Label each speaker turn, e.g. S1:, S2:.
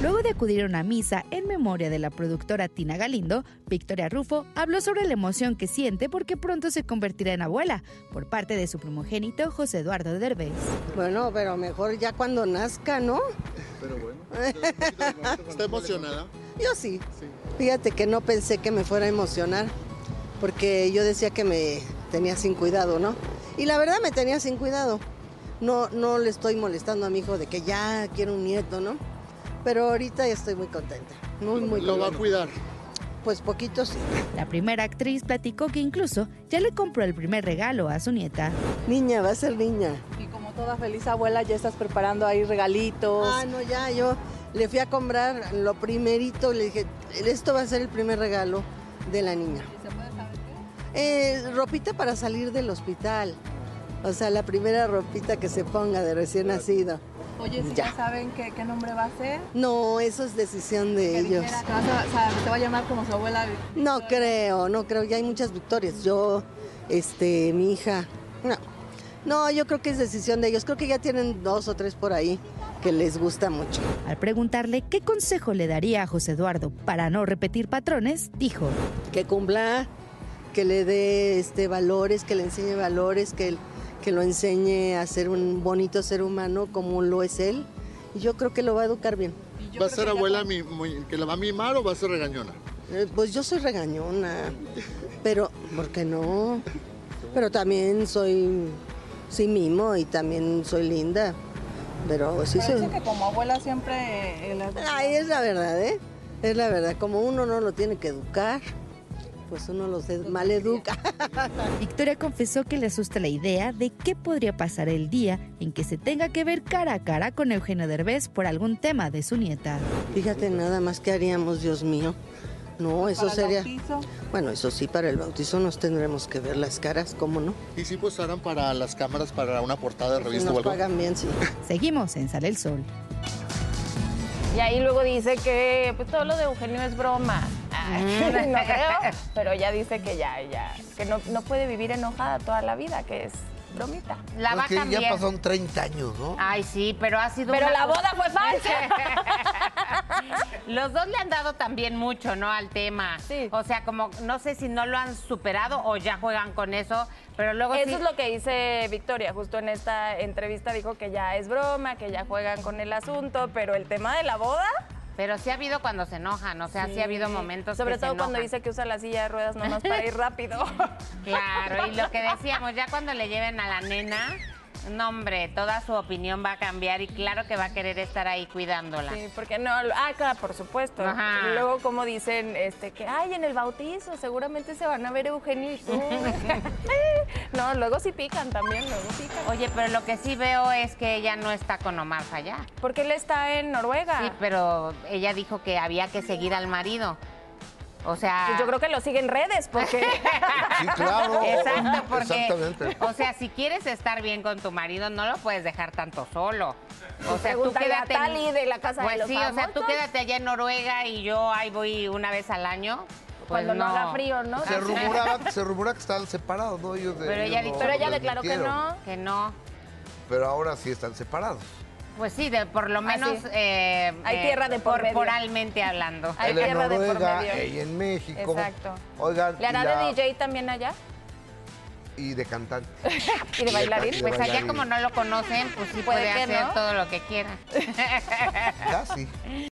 S1: Luego de acudir a una misa en memoria de la productora Tina Galindo, Victoria Rufo habló sobre la emoción que siente porque pronto se convertirá en abuela por parte de su primogénito José Eduardo Derbez.
S2: Bueno, pero mejor ya cuando nazca, ¿no?
S3: Pero bueno. ¿Está emocionada?
S2: Yo sí. Fíjate que no pensé que me fuera a emocionar porque yo decía que me tenía sin cuidado, ¿no? Y la verdad me tenía sin cuidado. No, no le estoy molestando a mi hijo de que ya quiero un nieto, ¿no? Pero ahorita ya estoy muy contenta. Muy, muy
S3: Lo va a
S2: contenta.
S3: cuidar.
S2: Pues poquito sí.
S1: La primera actriz platicó que incluso ya le compró el primer regalo a su nieta.
S2: Niña, va a ser niña.
S4: Y como toda feliz abuela, ya estás preparando ahí regalitos.
S2: Ah, no, ya, yo le fui a comprar lo primerito, le dije, esto va a ser el primer regalo de la niña.
S4: ¿Se puede saber qué?
S2: Eh, ropita para salir del hospital. O sea, la primera ropita que se ponga de recién nacido.
S4: Oye, si ya, saben qué, qué nombre va a ser.
S2: No, eso es decisión de
S4: Que
S2: ellos.
S4: dijera que vas a- o sea, te va a llamar como su abuela.
S2: No creo, no creo, ya hay muchas victorias. Yo, este, mi hija, no. No, yo creo que es decisión de ellos. Creo que ya tienen dos o tres por ahí que les gusta mucho.
S1: Al preguntarle qué consejo le daría a José Eduardo para no repetir patrones, dijo.
S2: que cumpla, que le dé este valores, que le enseñe valores, que, que lo enseñe a ser un bonito ser humano como lo es él. Y yo creo que lo va a educar bien.
S4: Y yo
S3: ¿Va a
S4: creo
S3: ser
S4: que ya
S3: abuela
S4: como-
S3: mi- muy- que la va a mimar o va a ser regañona?
S2: Eh, Pues yo soy regañona, pero ¿por qué no? Pero también soy, soy mimo y también soy linda. Pero sí
S4: Pero
S2: soy.
S4: dicen que como abuela siempre eh, eh, las-
S2: Ay, es la verdad, ¿eh? Es la verdad. Como uno no lo tiene que educar, pues uno los mal educa.
S1: Victoria confesó que le asusta la idea de qué podría pasar el día en que se tenga que ver cara a cara con Eugenio Derbez por algún tema de su nieta.
S2: Fíjate nada más que haríamos, Dios mío. No, eso
S4: para el
S2: sería.
S4: bautizo.
S2: Bueno, eso sí, para el bautizo nos tendremos que ver las caras, ¿cómo no?
S3: ¿Y si posaran para las cámaras para una portada de
S2: Si
S3: revista o
S2: nos
S3: algo?
S2: pagan bien, sí.
S1: Seguimos en Sale el Sol.
S5: Y ahí luego dice que pues, todo lo de Eugenio es broma. Ay, no creo, pero ella dice que ya, ya, que no, no puede vivir enojada toda la vida, que es bromita.
S6: La va a
S7: Porque
S6: cambiar.
S7: ya pasaron 30 años, ¿no?
S6: Ay, sí, pero ha sido.
S5: Pero la
S6: una cosa-
S5: boda fue falsa.
S6: Los dos le han dado también mucho, ¿no? Al tema.
S5: Sí.
S6: O sea, como no sé si no lo han superado o ya juegan con eso, pero luego Pues sí.
S5: Eso es lo que dice Victoria, justo en esta entrevista dijo que ya es broma, que ya juegan con el asunto, pero el tema de la boda...
S6: Pero sí ha habido cuando se enojan, o sea, sí, ha habido momentos.
S5: Sobre
S6: que se
S5: todo cuando
S6: enojan.
S5: dice que usa la silla de ruedas nomás para ir rápido.
S6: Claro, y lo que decíamos, ya cuando le lleven a la nena, no, hombre, toda su opinión va a cambiar y claro que va a querer estar ahí cuidándola.
S5: Sí, porque no, ah, claro, por supuesto.
S6: Ajá.
S5: Y Luego como dicen este que ay, en el bautizo seguramente se van a ver Eugenio y tú. no, luego sí pican también, luego pican.
S6: Oye, pero lo que sí veo es que ella no está con Omar Fayá.
S5: Porque él está en Noruega.
S6: Sí, pero ella dijo que había que seguir al marido. O sea.
S5: Pues Yo creo que lo siguen redes porque
S7: Sí, claro.
S6: Exacto, porque.
S7: Exactamente.
S6: O sea, si quieres estar bien con tu marido, no lo puedes dejar tanto solo. O sea, tú
S5: Pregúntale a
S6: quédate. en-
S5: Tali de la Casa de
S6: pues
S5: los
S6: sí, o sea, tú
S5: Famosos.
S6: quédate allá en Noruega y yo ahí voy una vez al año. Pues
S5: cuando no. haga frío, ¿no?
S7: Se rumoraba, se rumora que estaban separados, ¿no? Ellos de-
S6: Pero ella
S7: ellos
S6: dijo-
S7: no
S5: Pero ella
S7: lo
S5: declaró que
S7: admitieron.
S5: no.
S6: Que no.
S7: Pero ahora sí están separados.
S6: Pues sí, de, por lo menos.
S5: Ah, sí.
S6: eh,
S5: Hay
S6: eh,
S5: tierra de por medio.
S6: Corporalmente hablando.
S5: Hay
S7: Él en
S5: tierra de por
S7: Noruega,
S5: medio.
S7: ella en México.
S5: Exacto.
S7: Oigan,
S5: ¿Le hará
S7: y la-
S5: de DJ también allá?
S7: Y de cantante.
S5: ¿Y de bailarín?
S6: Pues allá
S7: bailarín.
S6: como no lo conocen, pues sí
S5: Puede
S6: puede,
S5: que
S6: hacer
S5: no.
S6: todo lo que quiera.
S7: Casi.